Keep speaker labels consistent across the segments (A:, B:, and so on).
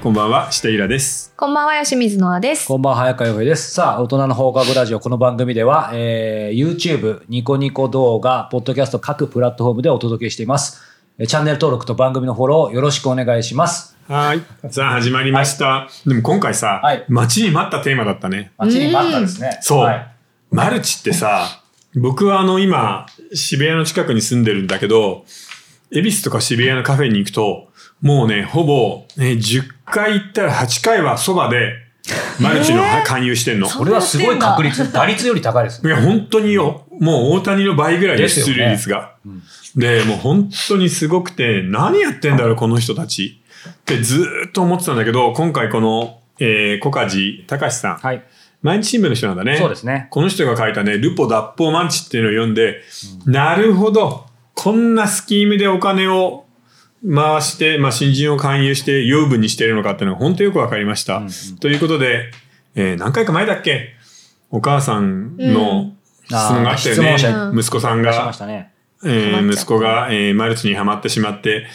A: こんばんは、下平です。
B: こんばんは、吉水のあです。
C: こんばんは、早川洋平です。さあ、大人の放課後ラジオ、この番組では、えー YouTube、ニコニコ動画、ポッドキャスト、各プラットフォームでお届けしています。えーチャンネル登録と番組のフォローよろしくお願いします。
A: はーい。さあ、始まりました。でも今回さ、
C: はい
A: 待ちに待ったテーマだったね。
C: 待ちに待ったですね。
A: そう。
C: はい
A: マルチってさ、僕はあの今、渋谷の近くに住んでるんだけど、恵比寿とか渋谷のカフェに行くと、もうね、ほぼ、ね、10回行ったら8回はそばで、マルチの勧誘してんの。
B: そ
C: これはすごい確率、打率より高いです。
A: いや、本当によ、もう大谷の倍ぐらいで
C: ですよ
A: 出
C: ね
A: 塁率が。でもう本当にすごくて、何やってんだろう、この人たち。ってずーっと思ってたんだけど、今回この、えー、小梶隆さん、
C: はい。
A: 毎日新聞の人なんだね。
C: そうですね。
A: この人が書いたね、ルポ脱法マンチっていうのを読んで、なるほど、こんなスキームでお金を回して、まあ、新人を勧誘して養分にしてるのかっていうのが本当によくわかりました。
C: うん
A: ということで、えー何回か前だっけお母さん
B: う
A: の質問があったよね
C: あー質問。
B: 者
A: 息子さん
C: 出しま
A: が
C: し、たね。
A: えー
B: ハマっちゃった
A: 息子が、えーマルチにはまってしまって、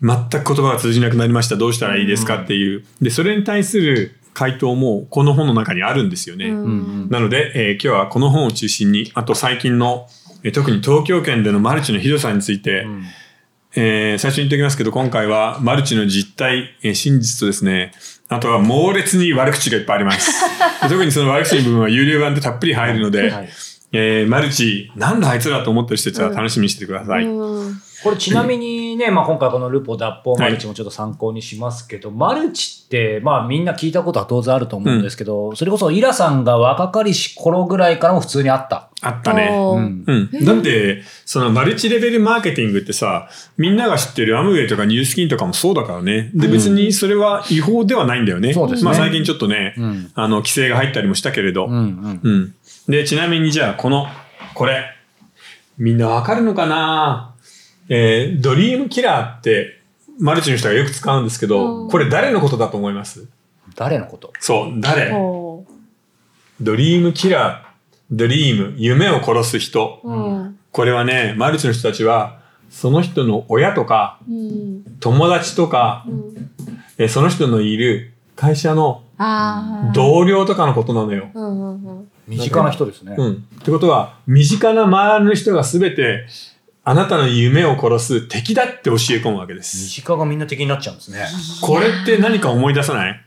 A: 全く言葉が通じなくなりました。どうしたらいいですかっていう。で、それに対する回答もこの本の中にあるんですよね。
B: うん
C: うん
A: なので、えー今日はこの本を中心に、あと最近の、えー特に東京圏でのマルチのひどさについて、
C: うん。
A: えー最初に言っておきますけど、今回はマルチの実態、えー真実とですね、あとは猛烈に悪口がいっぱいあり ます。で特にその悪口の部分は有料版でたっぷり入るので、
C: はい
A: えーマルチ、なんだあいつらと思ってる人たちは楽しみにしててください。
B: うん
C: これちなみにね、まあ、今回このルポ脱法マルチもちょっと参考にしますけど、マルチって、まあ、みんな聞いたことは当然あると思うんですけど、それこそイラさんが若かりし頃ぐらいからも普通にあった。
A: あったね。
B: おー
C: うん
A: うん、だって、そのマルチレベルマーケティングってさ、みんなが知ってるアムウェイとかニュースキンとかもそうだからね。で、別にそれは違法ではないんだよね。
C: そうですね
A: まあ最近ちょっとね、
C: ん
A: あの、規制が入ったりもしたけれど。
C: うんうん
A: うん。で、ちなみにじゃあ、この、これ。みんなわかるのかなえードリームキラーって、マルチの人がよく使うんですけ
B: う
A: ど、
B: ん
A: これ誰のことだと思います
C: 誰のこと
A: そう、誰
B: おー
A: ドリームキラー、ドリーム、夢を殺す人。
B: うん
A: これはね、マルチの人たちは、その人の親とか、
B: うん
A: 友達とか、
B: うん
A: えーその人のいる会社の
B: あー
A: 同僚とかのことなのよ。
B: うんうんうん
C: 身近な人ですね。
A: うん。ってことは、身近な周りの人が全て、あなたの夢を殺す敵だって教え込むわけで
C: 身
A: す。
C: 近がみんな敵になっちゃうんですね。
A: これって何か思い出さない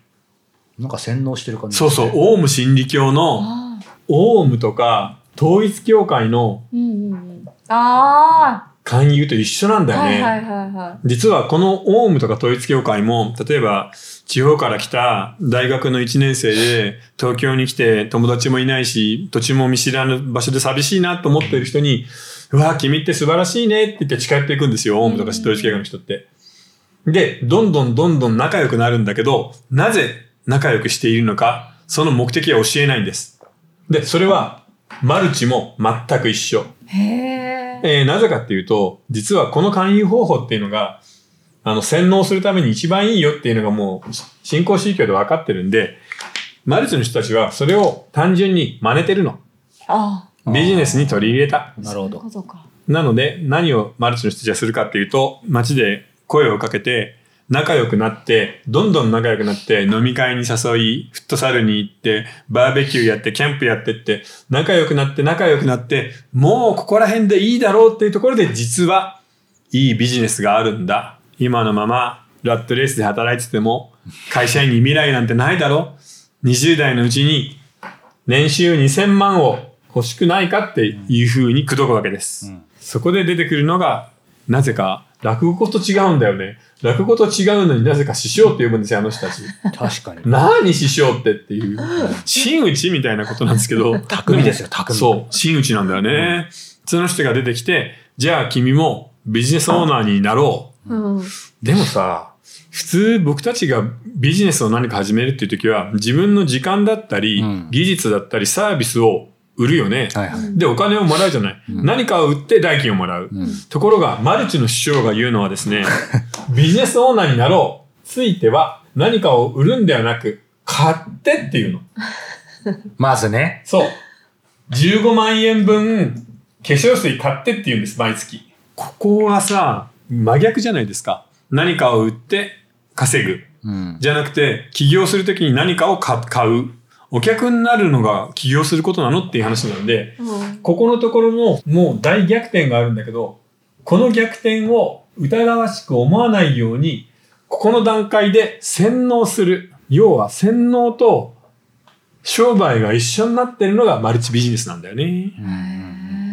C: なんか洗脳してる感じ
A: そ
C: で
A: う
C: す
A: そ
C: ね、
A: う、オウム真理教の、
B: あー
A: オウムとか、統一教会の
B: うんうんうんあ
A: 勧誘と一緒なん
B: ー
A: だよね。
B: はいはいはいは
A: 実はこのオウムとか統一教会も、例えば地方から来た大学の1年生で東京に来て友達もいないし、土地も見知らぬ場所で寂しいなと思っている人に、うわ、君って素晴らしいねって言って近寄っていくんですよ、オウムとか統一教会の人って。で、どんどんどんどん仲良くなるんだけど、なぜ仲良くしているのか、その目的は教えないんです。で、それはマルチも全く一緒。
B: いへえ
A: えーなぜかっていうと、実はこの勧誘方法っていうのが、あの、洗脳するために一番いいよっていうのがもう、信仰宗教で分かってるんで、マルチの人たちはそれを単純に真似てるの。
B: あ
A: ビジネスに取り入れた。
C: なるほ
B: ー
C: ど。
B: そうか
A: なので、何をマルチの人たちはするかっていうと、街で声をかけて、仲良くなって、どんどん仲良くなって、飲み会に誘い、フットサルに行って、バーベキューやって、キャンプやってって、仲良くなって、仲良くなって、もうここら辺でいいだろうっていうところで、実はいいビジネスがあるんだ。今のまま、ラットレースで働いてても、会社員に未来なんてないだろ。20代のうちに、年収2000万を欲しくないかっていうふうに口説くわけです。
C: うん
A: そこで出てくるのが、なぜか、落語と違うんだよね。落語と違うのになぜか師匠って呼ぶんですよ、あの人たち。
C: 確かに。
A: 何師匠ってっていう、 真打ちみたいなことなんですけ ど。
C: 匠ですよ匠
A: そう、真打ちなんだよね。その人が出てきて、じゃあ君もビジネスオーナーになろう。
B: うん
A: でもさ、普通僕たちがビジネスを何か始めるっていう時は、自分の時間だったり、
C: うん
A: 技術だったり、サービスを売るよね。
C: はいはい。
A: で、お金をもらうじゃない。何かを売って代金をもらう。
C: うん
A: ところが、マルチの師匠が言うのはですね、 ビジネスオーナーになろう。ついては何かを売るんではなく、買ってっていうの。
C: まずね。
A: そう。15万円分、化粧水買ってっていうんです、毎月。ここはさ、真逆じゃないですか。何かを売って稼ぐ。
C: うん。
A: じゃなくて、起業するときに何かをか買う。お客になるのが起業することなのっていう話なんで、
B: うん
A: ここのところももう大逆転があるんだけど、この逆転を疑わしく思わないように、ここの段階で洗脳する。要は洗脳と商売が一緒になってるのがマルチビジネスなんだよね。
C: う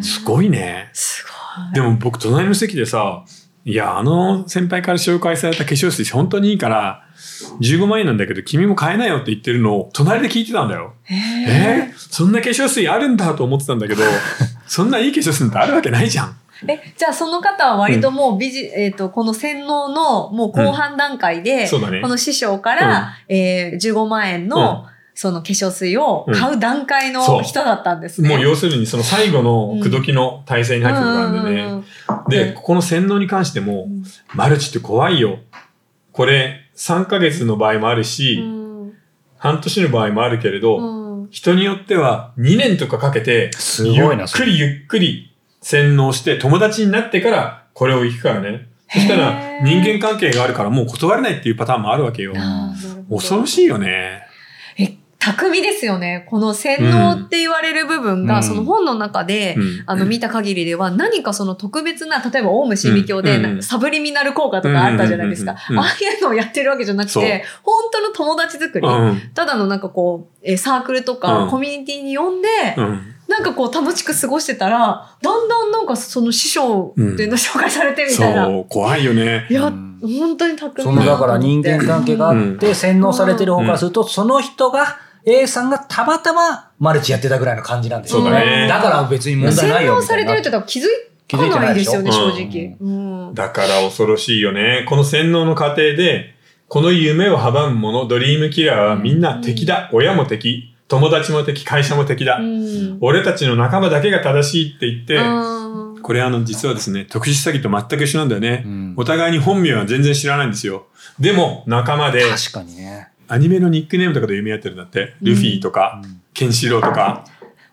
C: ん
A: すごいね。
B: す
A: でも僕隣の席でさ「いやあの先輩から紹介された化粧水本当にいいから15万円なんだけど君も買えなよ」って言ってるのを隣で聞いてたんだよ。
B: ごい。
A: えー、そんな化粧水あるんだと思ってたんだ けどそんないい化粧水ってあるわけないじゃん。
B: え、じゃあその方は割ともうビジ、えっ、と、この洗脳のもう後半段階で、
A: そうだね
B: こ。の師匠から、えー、15万円の、その化粧水を買う段階
A: うんそ
B: の
A: う
B: 人だったんですね。
A: もう要するにその最後の口説きの体制に入ってるからなんでね。
B: うんうんうん
A: で、ここの洗脳に関しても、マルチって怖いよ。これ3ヶ月の場合もあるし、
B: うん
A: 半年の場合もあるけれど、
B: うん
A: 人によっては2年とかかけて、
C: すごいな
A: ゆっ
C: そ
A: く
C: れ
A: りゆっくり洗脳して友達になってからこれを行くからね。そした
B: へ
A: ら
B: ー
A: 人間関係があるからもう断れないっていうパターンもあるわけよ。
B: あーなるほど
A: 恐ろしいよね。
B: え、巧みですよね。この洗脳って言われる部分が、
C: うん
B: その本の中で、
A: うん
B: あの見た限りでは何かその特別な、例えばオウム真理教で
A: うん
B: なんかサブリミナル効果とかあったじゃないですか。
A: うんうんうんうんうん
B: ああいうのをやってるわけじゃなく
A: そう
B: て、本当の友達作り
A: う。ん。
B: ただのなんかこう、えーサークルとか
A: うん
B: コミュニティに呼んで、
A: うん。
B: なんかこう楽しく過ごしてたら、だんだんなんかその師匠っていうの紹介されてみたいな。
A: そう、怖いよね。
B: いや、
C: うん
B: 本当に巧み
C: そのだから人間関係が
B: うん
C: あって洗脳されてる方からすると、その人が A さんがたまたまマルチやってたぐらいの感じなんですよ
B: そうだね
C: だから別に問題な
B: 洗
C: いよ
B: 脳
C: みた
B: さ
C: い
B: れ
C: な
B: てるって多分気づかないですよね、
A: 気づ
B: 正
A: いてない
C: でし
B: 直
C: ょ。
B: うん。
A: だから恐ろしいよね。この洗脳の過程で、この夢を阻む者、ドリームキラーはみんな敵だ。親も敵、友達も敵、会社も敵だ。
B: うん。
A: 俺たちの仲間だけが正しいって言って、
B: うん
A: これあの実はですね、特殊詐欺と全く一緒なんだよね。
C: うん
A: お互いに本名は全然知らないんですよ。でも仲間で、
C: 確かにね、
A: アニメのニックネームとかで読み合ってるんだって。ルフィとか、ケンシロウとか、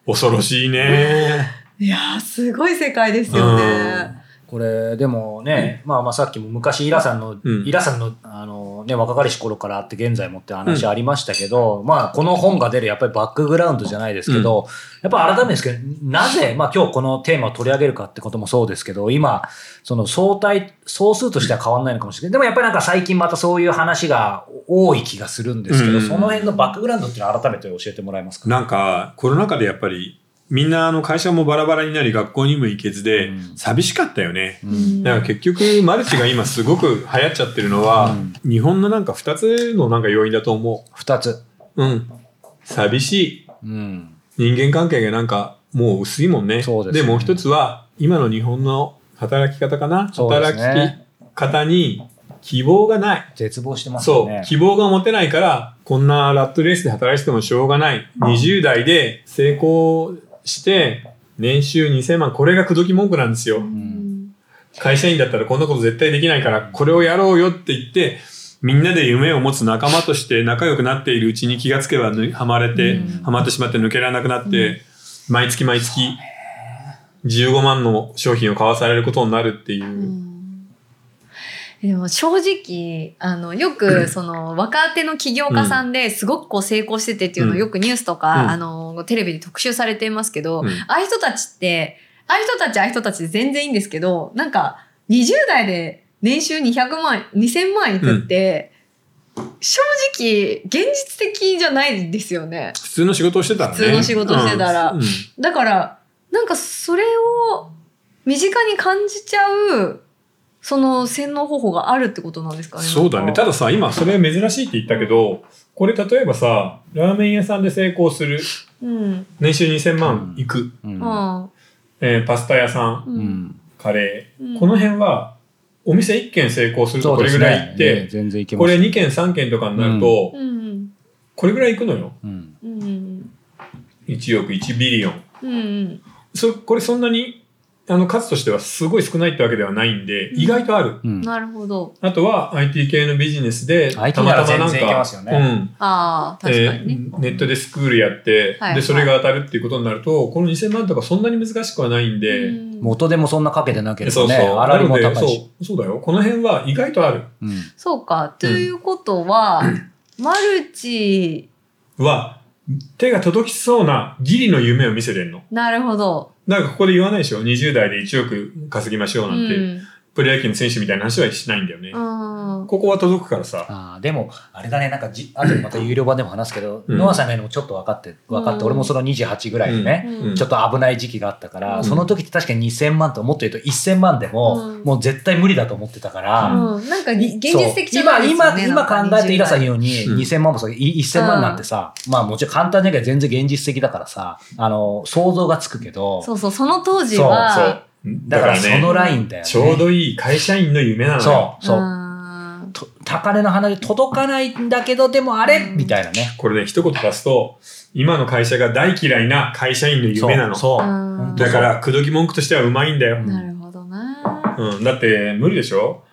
A: 恐ろしいね。
B: いやー、すごい世界ですよね。
C: これでもね、まあまあさっきも昔イラさんの、
A: うん
C: イラさんのあの、ね、若かりし頃からあって現在もって話ありましたけど、まあこの本が出るやっぱりバックグラウンドじゃないですけど、やっぱ改めてですけどなぜ、まあ、今日このテーマを取り上げるかってこともそうですけど今その総体総数としては変わんないのかもしれないでもやっぱりなんか最近またそういう話が多い気がするんですけど、
A: うん
C: その辺のバックグラウンドっていうのを改めて教えてもらえますか、
A: なんか、コロナ禍でやっぱり、みんなあの会社もバラバラになり学校にも行けずで
C: う、ん
A: 寂しかったよね。
B: うん
A: だから結局、マルチが今すごく流行っちゃってるのは、日本のなんか2つのなんか要因だと思
C: 2つ、
A: う。うん。寂しい。
C: うん
A: 人間関係がなんかもう薄いもんね。
C: そうですね
A: もう一つは今の日本の働き方かな、
C: そうです
A: 働
C: ね
A: き方に希望がない。
C: 絶望してますよ
A: そう
C: ね。
A: 希望が持てないからこんなラットレースで働いててもしょうがない20代で成功して年収2000万これが口説き文句なんですよ
B: うん
A: 会社員だったらこんなこと絶対できないからこれをやろうよって言ってみんなで夢を持つ仲間として仲良くなっているうちに気がつけばぬはまれて、
B: うん
A: はまってしまって抜けられなくなって、
B: う
A: 毎月毎月15万の商品を買わされることになるっていう。
B: うんでも正直、あの、よく、その、若手の起業家さんですごくこう成功しててっていうの
A: う
B: を
A: ん
B: よくニュースとか、
A: うん
B: あの、テレビで特集されていますけど、
A: うん
B: ああいう人たちって、ああいう人たちはああいう人たちで全然いいんですけど、なんか、20代で年収200万、2000万いくって、正直、現実的じゃないですよね。
A: 普通の仕事をしてたらね。
B: 普通の仕事をしてたら
A: うんうん
B: だから、なんかそれを身近に感じちゃう、その洗脳方法があるってことなんですかね。
A: そうだね。たださ、今それは珍しいって言ったけど、これ例えばさ、ラーメン屋さんで成功する、
B: うん。
A: 年収2000万いく、
C: う
B: う
C: ん
B: ん。
A: えーパスタ屋さん、
B: う。
C: うんん
A: カレー、
B: うん
A: この辺はお店1軒成功すると
C: そう
A: こ
C: で
A: れ
C: す
A: ぐ
C: ね
A: らい行って、
C: ええ全然いけま
A: こ
C: す
A: れ
C: ね
A: 2軒3軒とかになると、
B: うん。
A: これぐらい行くのよ
C: うん
B: うん。
A: 1億1ビリオン
B: うん。
A: そこれそんなにあの数としてはすごい少ないってわけではないんで、
B: うん
A: 意外とある。
C: うん。
B: なるほど。
A: あとは IT 系のビジネスで、たま
C: IT
A: たまなんか、
C: なら全然いけますよね
A: うん
B: ああ、確かにね。
A: えーネットでスクールやって、
B: はい
A: で、それが当たるっていうことになると、この2000万とかそんなに難しくはないんで、
B: うん
C: 元でもそんなかけてなけれ
A: そ
C: ば
A: うそう。
C: ね、あら
A: な
C: りも
A: ので
C: 高いし。
A: そう、そうだよ。この辺は意外とある。
C: うん
B: そうか。ということは、マルチ、
A: は、手が届きそうなギリの夢を見せてんの。
B: なるほど。
A: なんかここで言わないでしょ ?20 代で1億稼ぎましょう
B: う
A: なんて、
B: ん。
A: プロ野球の選手みたいな話はしないんだよね。
B: うん。
A: ここは届くからさ。
C: あーでも、あれだね、なんかじ、あと また有料版でも話すけど、
A: うん
C: ノアさんが言うのもちょっと分かって、分かって、
B: うん
C: 俺もその28ぐらいでね、
B: うん
C: ちょっと危ない時期があったから、
B: うん
C: その時って確かに2000万と思ってると1000万でも、
B: うん
C: もう絶対無理だと思ってたから、
B: うんなんかに現実的じゃない
C: 今、
B: ですよね。
C: 今、今考えてイラさん言うように、
A: うん
C: 2000万もそう、い1000万なんてさ、まあもちろん簡単だけど全然現実的だからさ、あの、想像がつくけど、
B: そうそう、その当時は。
C: そうだからそのラインだよね。
A: ちょうどいい会社員の夢なのよ。
C: そう、そうう。
B: ん
C: と高値の花で届かないんだけど、でもあれ
B: うん
C: みたいなね。
A: これね、一言足すと、今の会社が大嫌いな会社員の夢なの。
C: そう。そう
B: うん
A: だから、口説き文句としてはうまいんだよ。
B: なるほどな。
A: うん、だって無理でしょ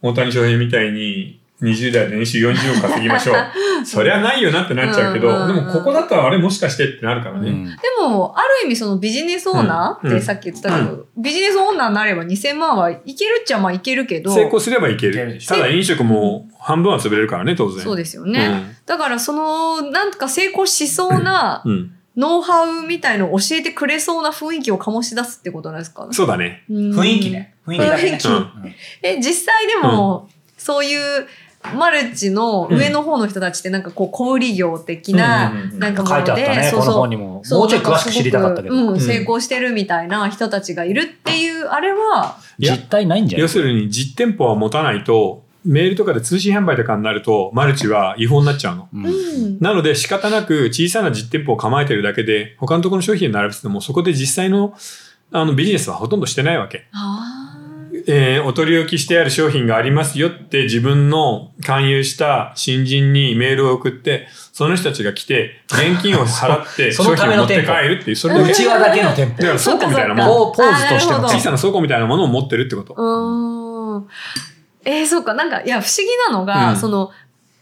A: 大谷翔平みたいに20代で年収40億稼ぎましょ うそりゃないよなってなっちゃうけど、
B: うんうんうん
A: でもここだったらあれもしかしてってなるから
C: う
A: ね、
C: ん
B: でも、ある意味そのビジネスオーナーっ
A: うんう
B: て
A: ん
B: さっき言ってたけど、ビジネスオーナーになれば2000万はいけるっちゃまあいけるけど、
A: 成功すればいけ
C: いける
A: る
C: でしょ
A: ただ飲食も半分は潰れるからね当然
B: そうですよね。だからその、なんか成功しそうな
A: うん、うん
B: ノウハウみたいのを教えてくれそうな雰囲気を醸し出すってことなんですか
A: そうだね、
B: うん
C: 雰囲気ね。雰囲気だけね。
A: うん
B: え、実際でも、そういう、マルチの上の方の人たちってなんかこう小売業的な
A: うんうんうんうん
B: なんかも
C: 書い
B: の
C: てあった
B: で
C: ね、
B: そ
C: こ
B: う
C: の
B: そう
C: 本にも。
B: そう
C: もうちょい詳しく知りたかったけ
B: なん
C: ど。
B: すご
A: う
B: くうん
A: ん
B: 成功してるみたいな人たちがいるっていうあれは、
A: いや
C: 実態ないんじゃない
A: 要するに実店舗は持たないとメールとかで通信販売とかになるとマルチは違法になっちゃうの
C: うん
B: うん
A: なので仕方なく小さな実店舗を構えてるだけで他のところの商品を並べててもそこで実際のあのビジネスはほとんどしてないわけ
B: あー
A: えーお取り置きしてある商品がありますよって自分の勧誘した新人にメールを送って、その人たちが来て、現金を払って
C: そ
A: 商
C: のた
A: 品
C: め
A: を持
C: の
A: って
C: 店舗
A: 帰るっていう、それだ
C: う
A: け。
C: ちわだけの店
A: だから倉庫
C: 舗。
A: みたいなもん。
C: こうポーズとして
B: あーなるほ
C: も
B: ど
A: 小さな倉庫みたいなものを持ってるってこと。
B: うーん。えー、そうか。なんか、いや、不思議なのが、
A: うん
B: その、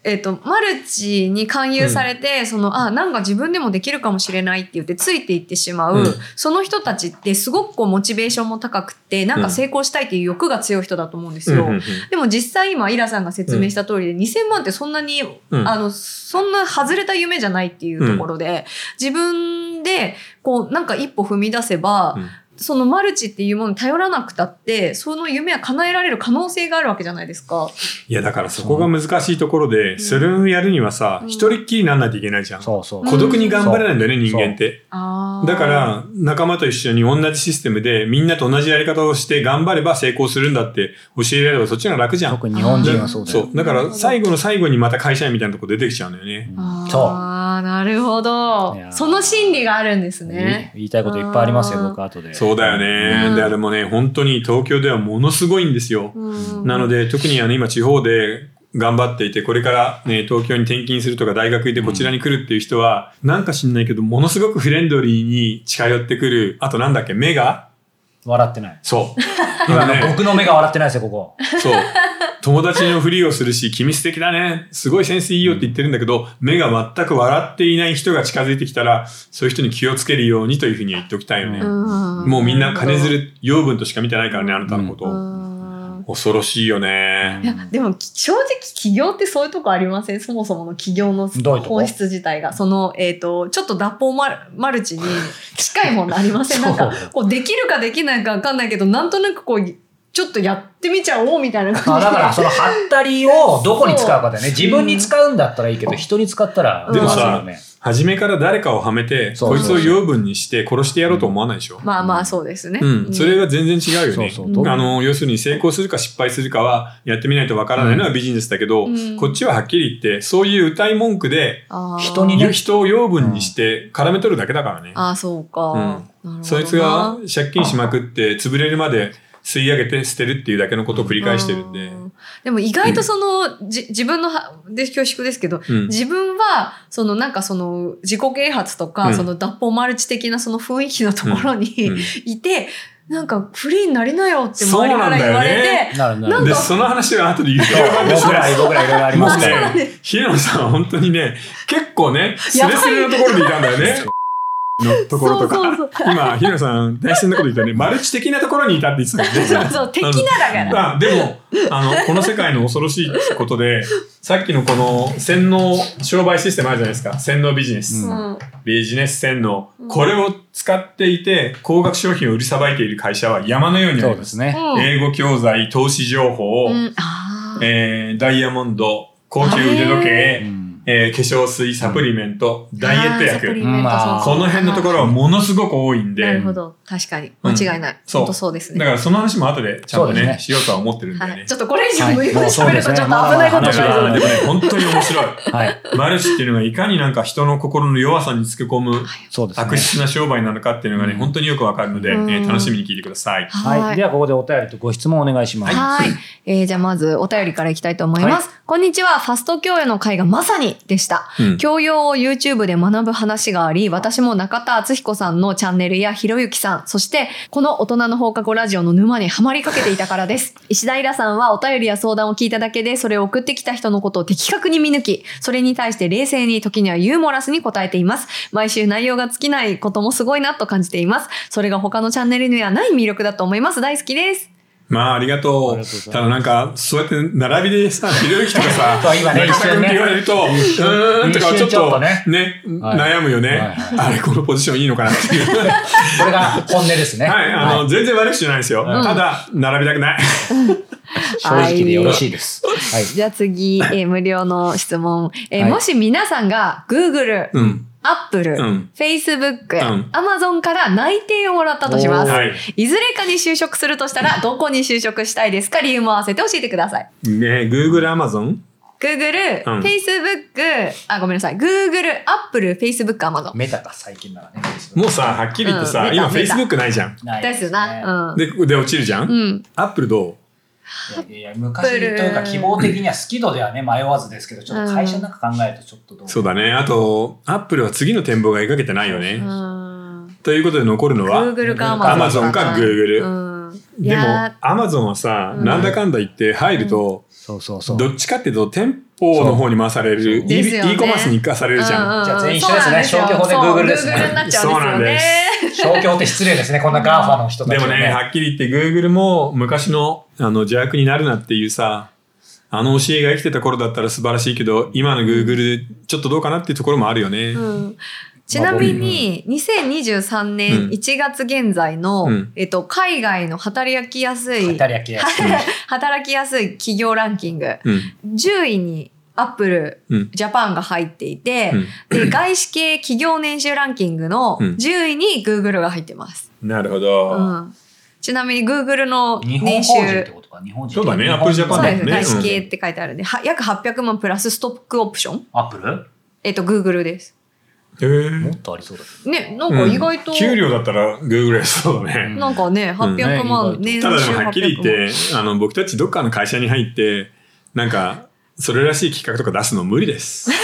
B: えっ、と、マルチに勧誘されて、その、あ、なんか自分でもできるかもしれないって言ってついていってしまう、
A: うん
B: その人たちってすごくこう、モチベーションも高くて、なんか成功したいっていう欲が強い人だと思うんです
A: うん
B: よ。
A: うんうん
B: でも実際今、イラさんが説明した通りで、2000万ってそんなに、
A: うん
B: あの、そんな外れた夢じゃないっていうところで、自分で、こう、なんか一歩踏み出せば、
A: うん
B: そのマルチっていうものに頼らなくたって、その夢は叶えられる可能性があるわけじゃないですか。
A: いや、だからそこが難しいところで、
B: ん
A: それをやるにはさ
B: う、ん
A: 一人っきりにならないといけないじゃん。
C: そうそう。
A: 孤独に頑張れないんだよね、
C: ん
A: 人間って。
B: あ ー
A: だか、ら、仲間と一緒に同じシステムで、みんなと同じやり方をして頑張れば成功するんだって教えられればそっちの方が楽じゃん。
C: 特に日本人はそうだ
A: そ
C: よ。
A: う。だか
B: な
A: ら、
B: るほど
A: 最後の最後にまた会社員みたいなとこ出てきちゃうんだよね。
C: うんそう。
B: ああ、なるほど
C: いや。ー
B: その心理があるんですね。
C: 言いたいこといっぱいありますよ、
B: あー
C: 僕後で。
A: そうだよ
B: う
A: ね。
B: ん
A: で、あれもね、本当に東京ではものすごいんですよ。
B: うん
A: なので、特にあの、今地方で頑張っていて、これからね、東京に転勤するとか大学行ってこちらに来るっていう人は、なんか知んないけど、ものすごくフレンドリーに近寄ってくる。あとなんだっけ、目が
C: 笑ってない。
A: そう。
C: 今
A: 今
C: ね、
A: ね、
C: 僕の目が笑ってないですよ、ここ。
A: そう。友達のふりをするし、君素敵だね。すごいセンスいいよって言ってるんだけど、目が全く笑っていない人が近づいてきたら、そういう人に気をつけるようにというふうには言っておきたいよね。
B: うん
A: もうみんな金づる養分としか見てないからね、あなたのことを。
B: うん
A: 恐ろしいよ
B: い
A: ね。
B: や、でも、き正直、企業ってそういうとこありませんそもそもの企業の
C: どういうとこ
B: 本質自体が。その、えっ、と、ちょっと脱法マルマルチに近いものありません
C: そ
B: な
C: うん
B: か、こう、できるかできないかわかんないけど、なんとなくこう、ちょっとやってみちゃおうみたいな
C: あ
B: 感じ
C: だ
B: で。
C: から、その、ハッタリをどこに使うかだよね。自分に使うんだったらいいけど、人に使ったら、
B: でもさ
C: まずいよね
A: 初めから誰かをはめて、
C: そ
A: こ
C: う
A: いつを養分にして殺してやろうと思わないでしょ。
B: まあまあ、そうですね。
A: うん、それは全然違うよね。
C: そう
B: そう
A: あの、要するに成功するか失敗するかはやってみないとわからないのはビジネスだけど、
B: うん
A: こっちははっきり言って、そういう歌い文句で、
B: あー
C: 人にね
A: 人を養分にして絡めとるだけだからね。
B: ああ、そうか。なるほどな
A: そいつが借金しまくって潰れるまで吸い上げて捨てるっていうだけのことを繰り返してるんで
B: う。んでも意外とその、じ自分のはで恐縮ですけど、
A: うん
B: 自分はそのなんかその自己啓発とか、
A: うん
B: その脱法マルチ的なその雰囲気のところに、
A: うん
B: いてなんかフリーになりなよって周りから言わ
A: そうなんだ
B: れ
A: よ
B: て
A: ね、
C: なるほどなる
B: なん
C: ほど
A: で、
B: か
A: その話は後で言うけ ど、
C: 僕ら、僕らいろいろあり
A: も
C: ま
A: う
C: すね。
A: ね、ヒロさんは本当にね、結構ね、ス
B: やば
A: レ
B: い
A: スレのところでいたんだよね。のところとか。
B: そうそうそう
A: 今、ヒロさん、大事なこと言ったね。マルチ的なところにいたって言ってたもんね。
B: そうそう、敵なだから。
A: あでもあのこの世界の恐ろしいこと でさっきのこの洗脳商売システムあるじゃないですか洗脳ビジネス、
C: うん
B: うん
A: ビジネス洗脳
B: うん
A: これを使っていて高額商品を売りさばいている会社は山のようにあ
C: そ
A: り
C: う
A: ま
C: ですすね。
A: 英語教材投資情報、
B: うん、あー
A: えーダイヤモンド高級腕時
C: う
A: 計、
C: ん
A: えー化粧水サプリメント、ダイエット
B: あーサプリ
A: 薬
B: メント
C: まあ
B: そうそう
A: この辺のところはものすごく多いんで
B: なるほど。確かに。間違いない。
A: そう
B: 本当そうです
A: だ
B: ね。
A: からその話も後でちゃんと
C: そうで
A: ね
C: すね
A: しようとは思ってるんだよ
B: は
A: ね
B: い。ちょっとこれ以上
C: はい
B: 無理無理喋るとちょっと危
C: まあ
B: ないことにな
A: だ
B: り
A: か
C: ま
A: ら
B: そ
C: あまあ
B: う
A: でもね本当に面白い
C: はい。
A: マルチっていうのがいかになんか人の心の弱さにつけ込む
C: そうですね。
A: 悪質な商売なのかっていうのがね、
C: うん
A: 本当によくわかるので、え
B: うん
A: ー楽しみに聞いてください。
C: はい。では、ここでお便りとご質問お願いします。
B: はい。えーじゃあまずお便りからいきたいと思います。こんにちは。ファスト教養の会がまさにでした。
A: うん
B: 教養を YouTube で学ぶ話があり、私も中田敦彦さんのチャンネルやひろゆきさん、そしてこの大人の放課後ラジオの沼にはまりかけていたから です。石平さんはお便りや相談を聞いただけで、それを送ってきた人のことを的確に見抜き、それに対して冷静に、時にはユーモラスに答えています。毎週内容が尽きないこともすごいなと感じています。それが他のチャンネルにはない魅力だと思います。大好きです。
A: まあ、ありがと
C: ありがとうございうます。
A: ただなんか、そうやって並びでさ、ひろゆきとかさ、
C: そう今ね
A: 中田君って言われると、う
C: 一瞬ね
A: ーんとかち
C: 一
A: ょ
C: 瞬
A: っ
C: ちょっ
A: と
C: とね
A: ね、
C: はい
A: 悩むよ
C: はい
A: ね。あれ、このポジションいいのかなって いう。
C: これが本音ですね。
A: はい、あの、全然悪口じゃないですよ。
C: うん
A: ただ、並びたくない。
C: 正直でよろしいです。はい。
B: じゃあ次、えー無料の質問。えー
C: はい
B: もし皆さんが Google、
A: うん。
B: Apple、
A: うん。
B: Facebook、
A: ん
B: Amazon から内定をもらったとしま
C: お
B: す。
C: ー
A: はい。
B: いずれかに就職するとしたら、どこに就職したいですか理由も合わせて教えてください。
A: ね Google、Amazon?
B: Google、
A: うん
B: Facebook、あ、ごめんなさい。Google、Apple、Facebook、Amazon。
C: メタが最近ならね。
A: もうさ、はっきり言ってさ、
B: うん
A: 今
B: 出た出
A: Facebook ないじゃん。
C: ない
B: ですよな。
A: で、で落ちるじゃん、
B: うん。うん。
A: Apple どう
C: いやいや昔というか希望的には好き度ではね迷わずですけどちょっと会社なんか考えるとちょっとどう
A: そうだね。あと、Apple は次の展望が描けてないよね。
B: うん
A: ということで残るのは、
B: Google か
A: Amazon か Google
B: うん。い
A: でも
B: や
A: Amazon はさ、
B: うん
A: なんだかんだ言って入ると、
C: そうそうそう
A: どっちかっていうと店舗の方に回される、
C: そう
A: e,
B: ですよね
A: e コマースに行かされ
B: ー
A: るじゃん。
B: うう
C: じゃあ全員一緒ですね
B: そうなんよ
C: 消去法で Google ですね
B: そう Google になっちゃうんですよね。
C: 消去って失礼ですねこんなガーファの人た
A: で
C: ち
A: もね、はっきり言って Google も昔のあの邪悪になるなっていうさ、あの教えが生きてた頃だったら素晴らしいけど、今の Google ちょっとどうかなっていうところもあるよね。
B: うんちなみに、2023
A: うん
B: 年1月現在の、
A: うん
B: えっと、海外の働きやすい、
C: 働きやすい
B: 働きやすい企業ランキング、
A: うん。
B: 10位にアップル、
A: うん。
B: ジャパンが入っていて、
A: うん
B: で、外資系企業年収ランキングの
A: うん
B: 10位に Google が入ってます。
A: なるほ
B: う
A: ど。
B: ん。ちなみに Google の
C: 日本
B: 年
C: 法人っ
B: 収
C: て、ことか日本人
A: そうだね
C: 日本
A: Apple Japan
B: そうですね、
A: ね
B: 外資系って書いてあるんで、は約800万プラスストックオプション
C: アップル
B: えっと、Google です。
A: へー
C: もっとありそうだけ
B: ね、なんか意外と、
A: うん給料だったら Google やしそうだね。
C: うん
B: なんかね、800万、
C: うんね
B: 年収
A: ただでもはっきり言っ
B: 800
A: て、あの、僕たちどっかの会社に入って、なんか、それらしい企画とか出すの無理です。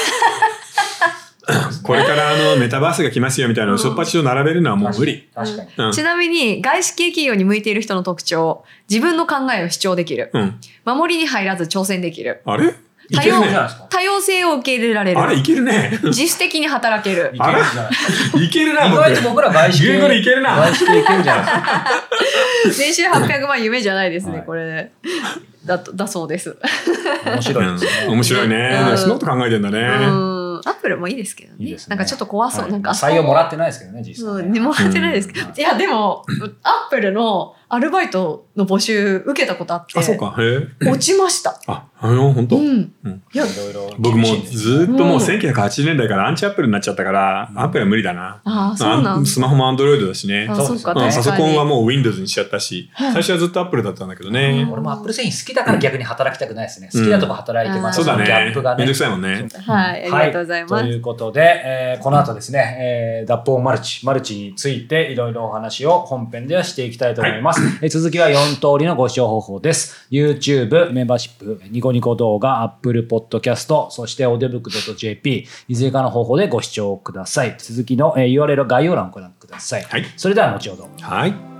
A: これからあの、メタバースが来ますよみたいなのを、
B: うん
A: そっぱちを並べるのはも
C: ど
A: う無理。
C: 確かに
A: うん
B: 万。ちなみに、外資系企業に向いている人の特徴、自分の考えを主張できる。
A: うん。
B: 守りに入らず挑戦できる。
A: あれい
C: い
A: け
C: け
A: る
C: るんじゃ
A: ね
C: ない。ですか
B: 多様性を受け入れられる
A: あ。れいけるね。
B: 自主的に働け る
C: い。けるんじゃないですか
A: いけるな、
C: 意
A: 僕。
C: 外と僕ら外資系
A: Google いけるな
C: 外資系いけるんじゃないですか
B: 年収800万夢じゃないですね、
C: はい
B: これね。だと、だそうです。
C: 面白いです
A: うん
C: ね
A: 面白いね。
B: うん
A: でもそんなこと考えてんだ
B: う
A: ね。
B: ん。アップルもいいですけど
C: いい
B: ね
C: で。すね
B: なんかちょっと怖そう。なんか、
C: はい採用もらってないですけどね実
B: そ
C: 際
B: う、
C: ね
B: ね、もらってないですけど。
C: うん
B: いや、でも、アップルのアルバイトの募集受けたことあって、
A: あ、そうか。へえ。
B: 落ちました。
A: あ、あの、本当
B: うん。いや
C: いろいろ
A: 僕もう
C: 厳しいんです
A: ずーっともううん1980年代からアンチアップルになっちゃったから、
C: うん
A: アップルは無理だな。
B: ああ、そうなん
A: あスマホもアンドロイドだしね。
B: あ、
C: そう
B: そう
A: う
B: か、
A: ん、
B: 確か
A: パ
B: に。
A: ソコンはもう Windows にしちゃったし、
B: はい
A: 最初はずっと Apple だったんだけどね。
C: 俺もアップル製品好きだから逆に働きたくないですね。
A: うん
C: 好きなとこ働いてま
B: う
C: す、
A: そうだ
C: ギャ
A: ね
C: ップが。
A: めんど
C: ね
A: く。さいもんね。
B: はい、ありがとうございま
C: と
B: す。
C: いうことで、えーこの後ですね、えー、脱法マルチ、マルチについていろいろお話を本編ではしていきたいと思 います。えー続きは4通りのご視聴方法です。YouTube、メンバーシップ、ニコニコ動画、Apple Podcast、そしておでぶく .jp、いずれかの方法でご視聴ください。続きの、えー URL は概要欄をご覧ください。
A: はい
C: それでは後ほど。
A: はい。